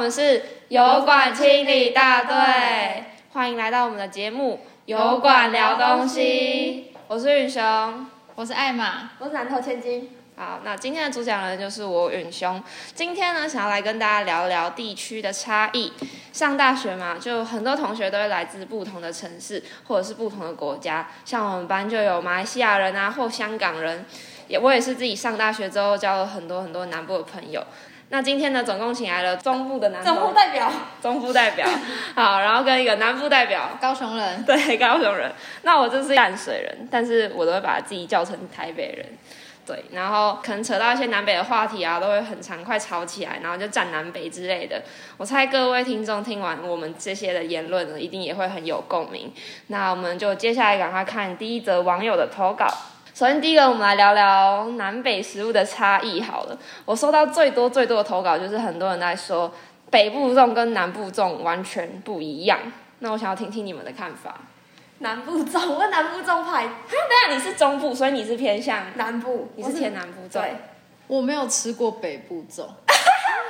们是油管清理大队，欢迎来到我们的节目《油管聊东西》，我是允雄。我是艾玛，我是南投千金。好，那今天的主讲人就是我允兄。今天呢，想要来跟大家聊聊地区的差异。上大学嘛，就很多同学都会来自不同的城市或者是不同的国家，像我们班就有马来西亚人啊，或香港人。也我也是自己上大学之后交了很多很多南部的朋友。那今天呢，总共请来了中部的南总投部代表，中部代表，好，然后跟一个南部代表，高雄人。对，高雄人。那我就是淡水人，但是我都会把自己叫成台北人。对，然后可能扯到一些南北的话题啊，都会很常快吵起来，然后就站南北之类的。我猜各位听众听完我们这些的言论呢，一定也会很有共鸣。那我们就接下来赶快看第一则网友的投稿。首先，第一个，我们来聊聊南北食物的差异好了。我收到最多最多的投稿就是很多人在说北部粽跟南部粽完全不一样。那我想要听听你们的看法。南部粽，我南部粽派那你是中部，所以你是偏向，南部，你我是偏南部粽。对我没有吃过北部粽，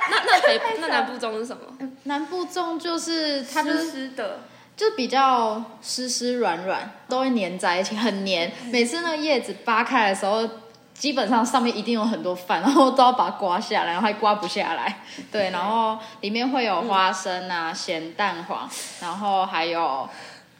那那 北那南部粽是什么？南部粽就是它就是湿的，就比较湿湿软软，都会粘在一起，很黏。每次那个叶子扒开的时候，基本上上面一定有很多饭，然后都要把它刮下来，然后还刮不下来。对，然后里面会有花生啊、咸蛋黄，然后还有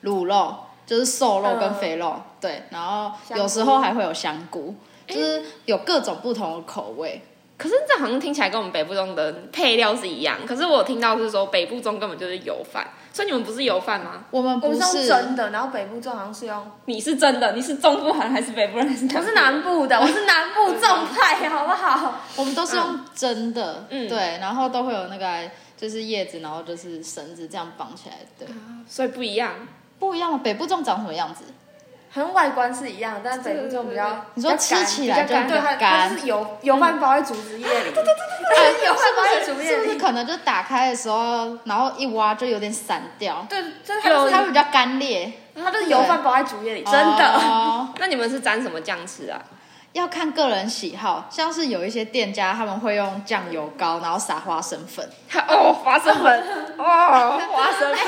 卤肉，就是瘦肉跟肥嗯肉。对，然后有时候还会有香菇，就是有各种不同的口味。可是这好像听起来跟我们北部粽的配料是一样，可是我听到是说北部粽根本就是油饭，所以你们不是油饭吗？我们我不们是用是蒸的，然后北部粽好像是用，你是真的，你是中部人还是北部人还是？我是南部的，我是南部粽派，好不好？我们都是用蒸的，嗯对，然后都会有那个就是叶子，然后就是绳子这样绑起来，对，嗯所以不一样。不一样。北部粽长什么样子？好像外观是一样，但是北部粽比较，你说比较干吃起来比较对，就比较它它干就是油油饭包在竹子叶里，对对哎对，油饭包在是竹不子是叶是不里是，可能就打开的时候，然后一挖就有点散掉，对，就是它就它会是比较干裂，它就是油饭包在竹叶里，真的，哦那你们是沾什么酱吃啊？ 要看个人喜好，像是有一些店家他们会用酱油膏，然后撒花生粉，哦，花生粉，哦，花生粉，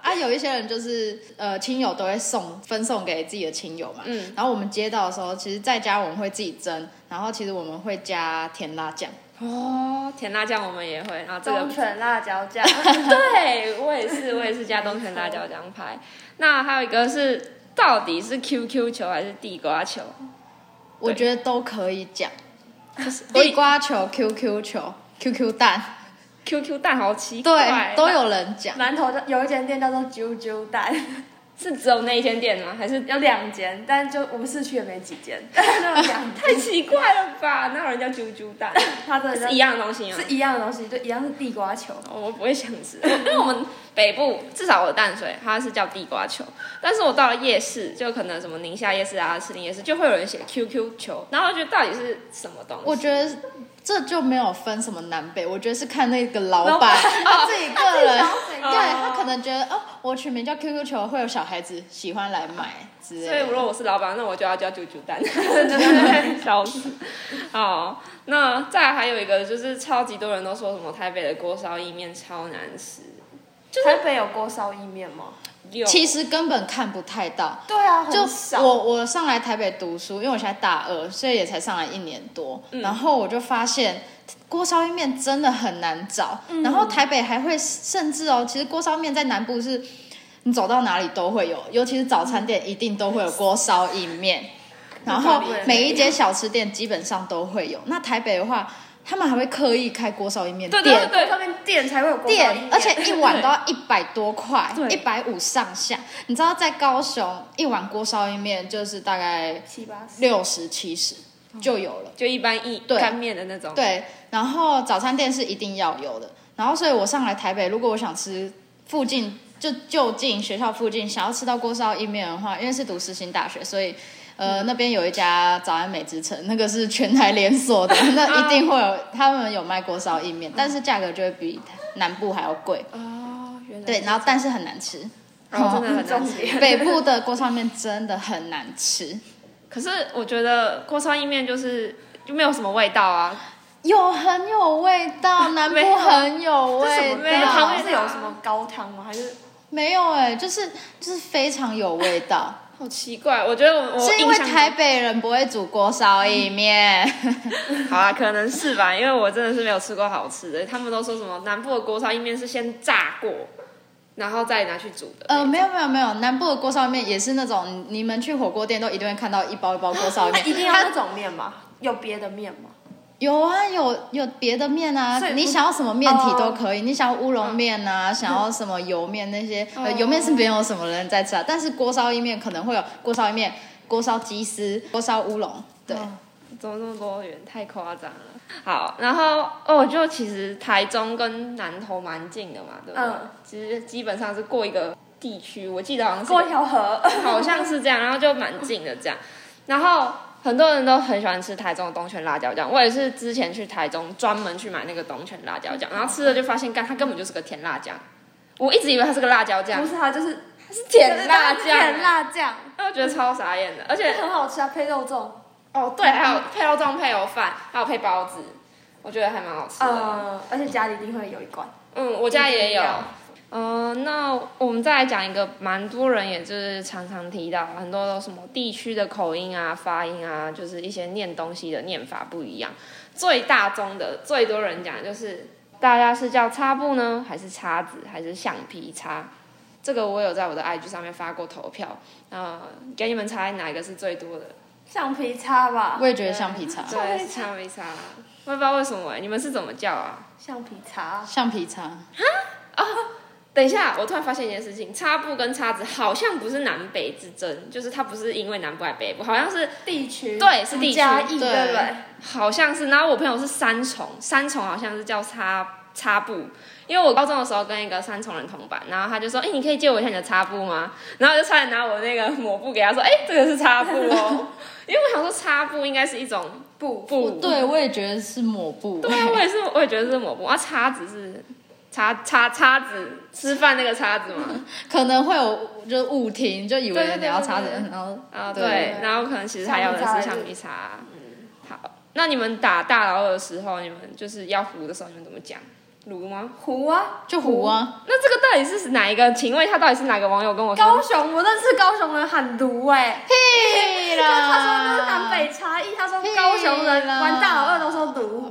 啊，有一些人就是呃，亲友都会送分送给自己的亲友嘛。嗯嗯。然后我们接到的时候，其实在家我们会自己蒸，然后其实我们会加甜辣酱。哦，甜辣酱我们也会，然后这个中犬辣椒酱， 对我也是，我也是加东泉辣椒酱派。那还有一个是，到底是 QQ 球还是地瓜球？我觉得都可以讲，我以地瓜球、QQ 球、QQ 蛋， QQ 蛋好奇怪，对，都有人讲。南投的有一间店叫做啾啾蛋，是只有那一间店吗？还是有两间，但就我们市区也没几间，但是有两间，太奇怪了吧？哪有人叫啾啾 蛋？它真的是叫一样的东西吗哦是？一样的东西，就一样是地瓜球。我不会想 吃，因为我们北部至少我淡水它是叫地瓜球，但是我到了夜市，就可能什么宁夏夜市啊、士林夜市，就会有人写 QQ 球，然后我觉得到底是什么东西？我觉得这就没有分什么南北，我觉得是看那个老老板板他自己个 人他自己想要怎，样对啊他可能觉得哦，我取名叫 QQ 球，会有小孩子喜欢来买之类的。所以如果我是老板，那我 就要叫九九蛋，笑死。哦，那再来还有一个就是超级多人都说什么台北的锅烧意面超难吃，台北有锅烧意面吗？有其实根本看不太到。对啊，就很少。我我上来台北读书，因为我现在大二，所以也才上来一年多。然后我就发现锅烧意面真的很难找，然后台北还会甚至哦，其实锅烧面在南部是。你走到哪里都会有，尤其是早餐店一定都会有锅烧意面，然后每一间小吃店基本上都会有。那台北的话，他们还会刻意开锅烧意面对店，对对对，上面店才会有锅烧意店面，，而且一碗都要一百多块对，一百五上下。你知道在高雄一碗锅烧意面就是大概七八十。六十七十就有了，就一般意对干面的那种。对。然后早餐店是一定要有的，然后所以我上来台北，如果我想吃附近就就近学校附近想要吃到锅烧意面的话，因为是读世新大学，所以。呃，那边有一家早安美之城，那个是全台连锁的，那一定会有，他们有卖锅烧意面，但是价格就会比南部还要贵。哦，原来对，然后但是很难吃。然哦后真的很难重点吃。北部的锅烧面真的很难吃，可是我觉得锅烧意面就是就没有什么味道啊， 有很有味 道，南没部有很有这什味么没有那个道味汤道，是有什么高汤吗？还是没有哎、就是就是非常有味道，好奇怪，我觉得我我是因印为象中台北人不会煮锅烧意 面，好啊，可能是吧，因为我真的是没有吃过好吃的。他们都说什么南部的锅烧意面是先炸过，然后再拿去煮的。呃，没有没有没有，南部的锅烧意面也是那种你们去火锅店都一定会看到一包一包锅 烧意面，啊一定要它那种面吗？有别的面吗？有啊，有有别的面啊所以，不你想要什么面体都可以，嗯你想要乌龙面啊，想要什么油面那些，呃，油面是没有什么人在吃啊，但是锅烧意面可能会有锅烧意面、锅烧鸡丝、锅烧乌龙，对，嗯怎么那么多元？太夸张了。好，然后哦，就其实台中跟南投蛮近的嘛，对不对？嗯其实基本上是过一个地区，我记得好像是过一条河，好像是这样，然后就蛮近的这样。然后很多人都很喜欢吃台中的东泉辣椒酱，我也是之前去台中专门去买那个东泉辣椒嗯酱，然后吃了就发现，干它根本就是个甜辣酱。我一直以为它是个辣椒酱不，是它就是它是甜辣酱甜辣酱，但我觉得超傻眼的。而且很好吃啊，配肉粽。哦，对，还有配肉粽、配油饭，还有配包子，我觉得还蛮好吃的。呃，而且家里一定会有一罐。嗯，我家也有一定要。嗯、那我们再来讲一个，蛮多人也就是常常提到，很多都什么地区的口音啊、发音啊，就是一些念东西的念法不一样。最大宗的、最多人讲的就是，大家是叫擦布呢，还是叉子，还是橡皮擦？这个我有在我的 IG 上面发过投票，呃，给你们猜哪一个是最多的？橡皮擦吧我，也觉得橡皮擦，橡皮对，擦橡皮擦。我也不知道为什么、欸，你们是怎么叫啊？橡皮擦，橡皮擦，等一下，我突然发现一件事情，擦布跟叉子好像不是南北之争，就是它不是因为南部还北部，好像是地区对是地区嘉义对对不对？好像是。然后我朋友是三重，三重好像是叫擦擦布，因为我高中的时候跟一个三重人同班，然后他就说，哎、你可以借我一下你的擦布吗？然后我就差点拿我那个抹布给他说，哎、这个是擦布哦，因为我想说擦布应该是一种不布，对我也觉得是抹布，对啊，我也是，我也觉得是抹布啊，叉子是叉叉叉子，吃饭那个叉子嘛。 可能会有就是误听，就以对对为对你要擦对着对，然后啊，对对，然后可能其实还有人是橡皮擦。好，那你们打大老二的时候，你们就是要胡的时候，你们怎么讲？卢吗？湖啊，就糊啊，那这个到底是哪一个？请问一下，到底是哪个网友跟我高说？雄，我认识高雄人喊卢哎，屁 对，他说那啦，是南北差异，他说屁高雄人啦玩大老二都说卢，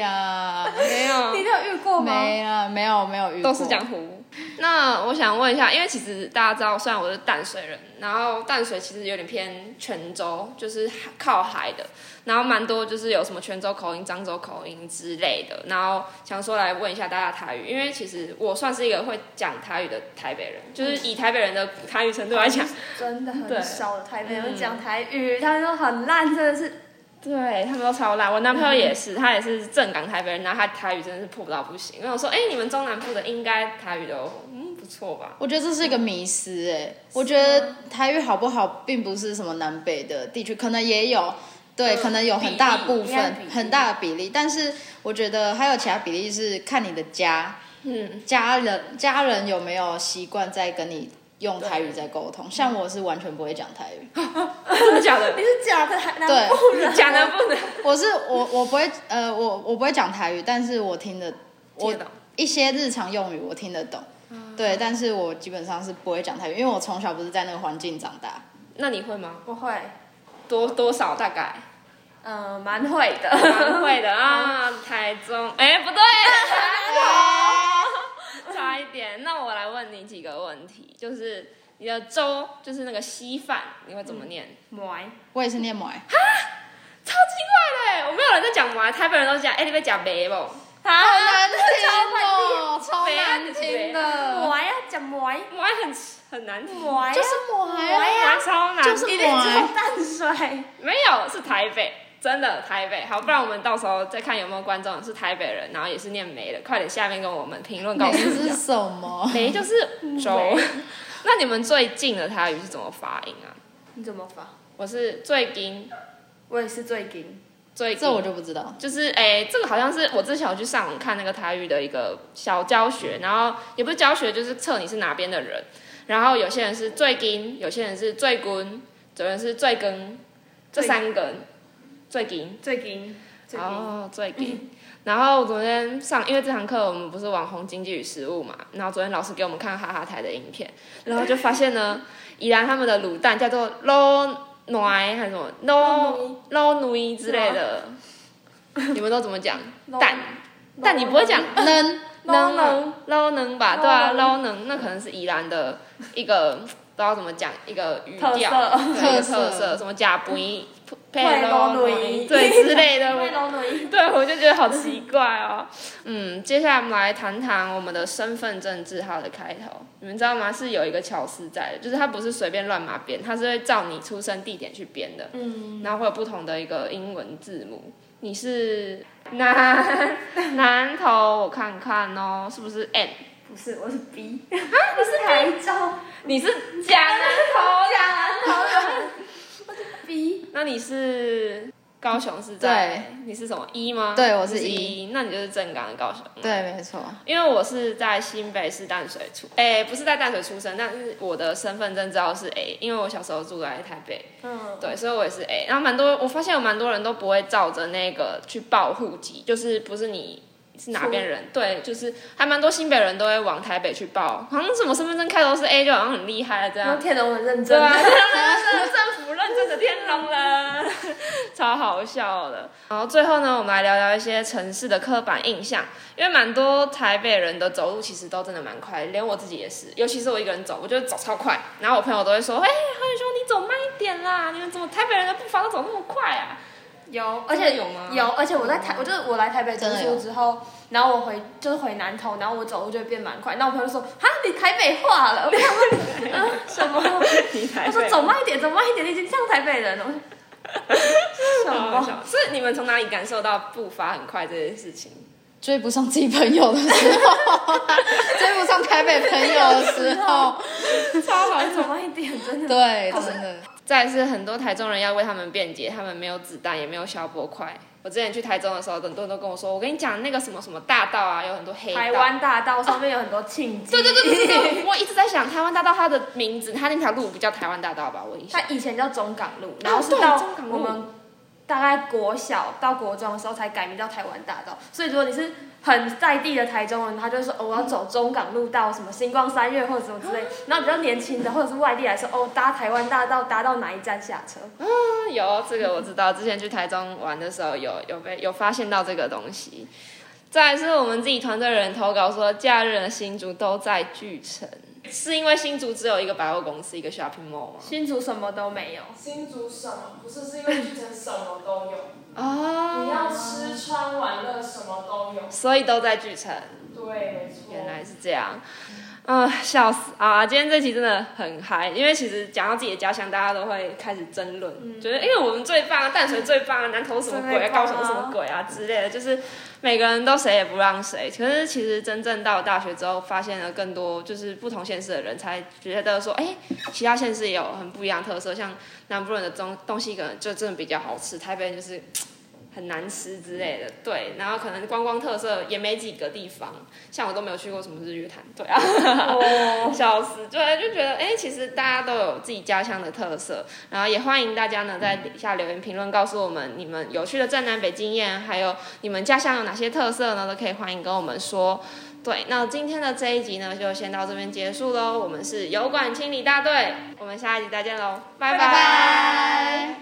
啦，没你有，都有遇过吗？没啦，没有没有遇都过，是讲胡。那我想问一下，因为其实大家知道，虽然我是淡水人，然后淡水其实有点偏泉州，就是靠海的，然后蛮多就是有什么泉州口音、漳州口音之类的，然后想说来问一下大家台语，因为其实我算是一个会讲台语的台北人，就是嗯以台北人的台语程度来讲，真的对很少的台嗯北人讲台语，他说很烂，真的是对他们都超烂。我男朋友也是，他也是正港台北人，然后他台语真的是破到不行。然后我说，哎、你们中南部的应该台语都嗯不错吧？我觉得这是一个迷失哎、我觉得台语好不好，并不是什么南北的地区，可能也有，嗯对，可能有很大比例部应该分比例很大的比例，但是我觉得还有其他比例是看你的家嗯，家人家人有没有习惯在跟你用台语在沟通，像我是完全不会讲台语，真的假的你？是假的，还南对部 人假的不能我是我我不会呃我我不会讲台语，但是我听得我听得懂。一些日常用语我听得懂。嗯对，但是我基本上是不会讲台语，因为我从小不是在那个环境长大。那你会吗？我会，多多少大概？嗯，蛮会的，蛮会 的啊，台中，哎、 不对， 差一点。那我来问你几个问题，就是你的粥，就是那个稀饭，你会怎么念？买我也是念母哎，嗯超奇怪的，我没有人在讲嘛，台北人都讲，哎、你被讲白不？好啊，难听哦，超难听的，买啊，讲买我还很很难听，买啊，就是母哎哎，呀我超难，就是一定只有淡水。没有是台北。真的台北好，不然我们到时候再看有没有观众是台北人，然后也是念梅的，快点下面跟我们评论告美诉 我们是。什么？梅就是粥。 那你们最近的台语是怎么发音啊？你怎么发？我是最近我也是最近，最近这我就不知道。就是诶、这个好像是我之前有去上网看那个台语的一个小教学，然后也不是教学，就是测你是哪边的人。然后有些人是最近，有些人是最滚，有人是最根，这三根最近。最近，最便宜。哦，最近。 然后昨天上，因为这堂课我们不是网红经济与食物嘛，然后昨天老师给我们看哈哈台的影片，然后就发现呢， 宜兰他们的卤蛋叫做 low 奶还是什么 low low 奴之类的，你们都怎么 讲？蛋，但你不会讲能能能能 low 能吧？对啊捞，low 能，那可能是宜兰的一个不知道怎么讲一个语特调色对一个特特色色，什么假不一配配 low 捞奶奶对之类 的，会龙女， 对，我就觉得好奇怪哦。嗯，接下来我们来谈谈我们的身份证字号的开头。你们知道吗？是有一个巧思在的，就是它不是随便乱码编，它是会照你出生地点去编的。嗯，然后会有不同的一个英文字母。你是南南头，我看看哦，是不是 N？不是，我是 B，我是台中，你是假南头，假南头人，我是 B，那你是高雄是对在？你是 E 什么一吗？对我是你一，那你就是正港的高雄。对，没错，因为我是在新北市淡水出，哎、不是在淡水出生，但是我的身份证知道是 A，因为我小时候住在台北，嗯，对，所以我也是 A。然后蛮多，我发现有蛮多人都不会照着那个去报户籍，就是不是你是哪边人，对，就是还蛮多新北人都会往台北去报，好像什么身份证开头是 A 就好像很厉害这样然后。天龙很认对哦真，啊，真的政府认证的天龙人，超好笑的。然后最后呢，我们来聊聊一些城市的刻板印象，因为蛮多台北人的走路其实都真的蛮快，连我自己也是，尤其是我一个人走，我就走超快。然后我朋友都会说：“哎、浩宇兄，你走慢一点啦，你们怎么台北人的步伐都走那么快啊有，而且真的有吗哦有，而且我在台，我就是我来台北读真的有书之后，然后我回就是回南投，然后我走路就会变蛮快。那我朋友就说：“哈，你台北话了。”我想说， 啊，什么？？”你台他说：“走慢一点，走慢一点，你已经像台北人了。”我说什好好么？笑所以你们从哪里感受到步伐很快这件事情？追不上自己朋友的时候， 追不上台北朋友的时候，超好哎走慢一点，真的。对，真的，再来是很多台中人要为他们辩解，他们没有子弹，也没有消波块。我之前去台中的时候，很多人都跟我说，我跟你讲那个什么什么大道啊，有很多黑道。台湾大道上面有很多庆记。对对对对对对，我一直在想台湾大道它的名字，它那条路不叫台湾大道吧？我印象它。以前叫中港路，然后是对到中港路我们大概国小到国中的时候才改名叫台湾大道。所以如果你是很在地的台中人，他就会说哦，我要走中港路到什么星光三月或者什么之类。然后比较年轻的或者是外地来说，哦，搭台湾大道搭到哪一站下车？嗯有这个我知道，之前去台中玩的时候有有被有发现到这个东西。再来是我们自己团队的人投稿说，假日的新竹都在巨城，是因为新竹只有一个百货公司，一个 shopping mall 吗？新竹什么都没有，新竹什么不是，是因为巨城什么都有，哦，你要吃穿玩乐什么都有。所以都在巨城。对，没错。原来是这样，嗯、笑死啊！今天这期真的很嗨，因为其实讲到自己的家乡，大家都会开始争论，觉得因为我们最棒啊，淡水最棒啊，南投什么鬼啊，最棒高啊雄什么鬼啊之类的，就是每个人都谁也不让谁。可是其实真正到大学之后，发现了更多就是不同县市的人，才觉得说，哎、其他县市也有很不一样的特色，像南部人的东东西可能就真的比较好吃，台北人就是。很难吃之类的，对，然后可能观光特色也没几个地方，像我都没有去过什么日月潭，对啊，哦 笑死，对，就觉得哎、其实大家都有自己家乡的特色，然后也欢迎大家呢在底下留言评论，告诉我们你们有趣的正南北经验，还有你们家乡有哪些特色呢，都可以欢迎跟我们说。对，那今天的这一集呢，就先到这边结束喽。我们是油管清理大队，我们下一集再见喽，拜拜拜。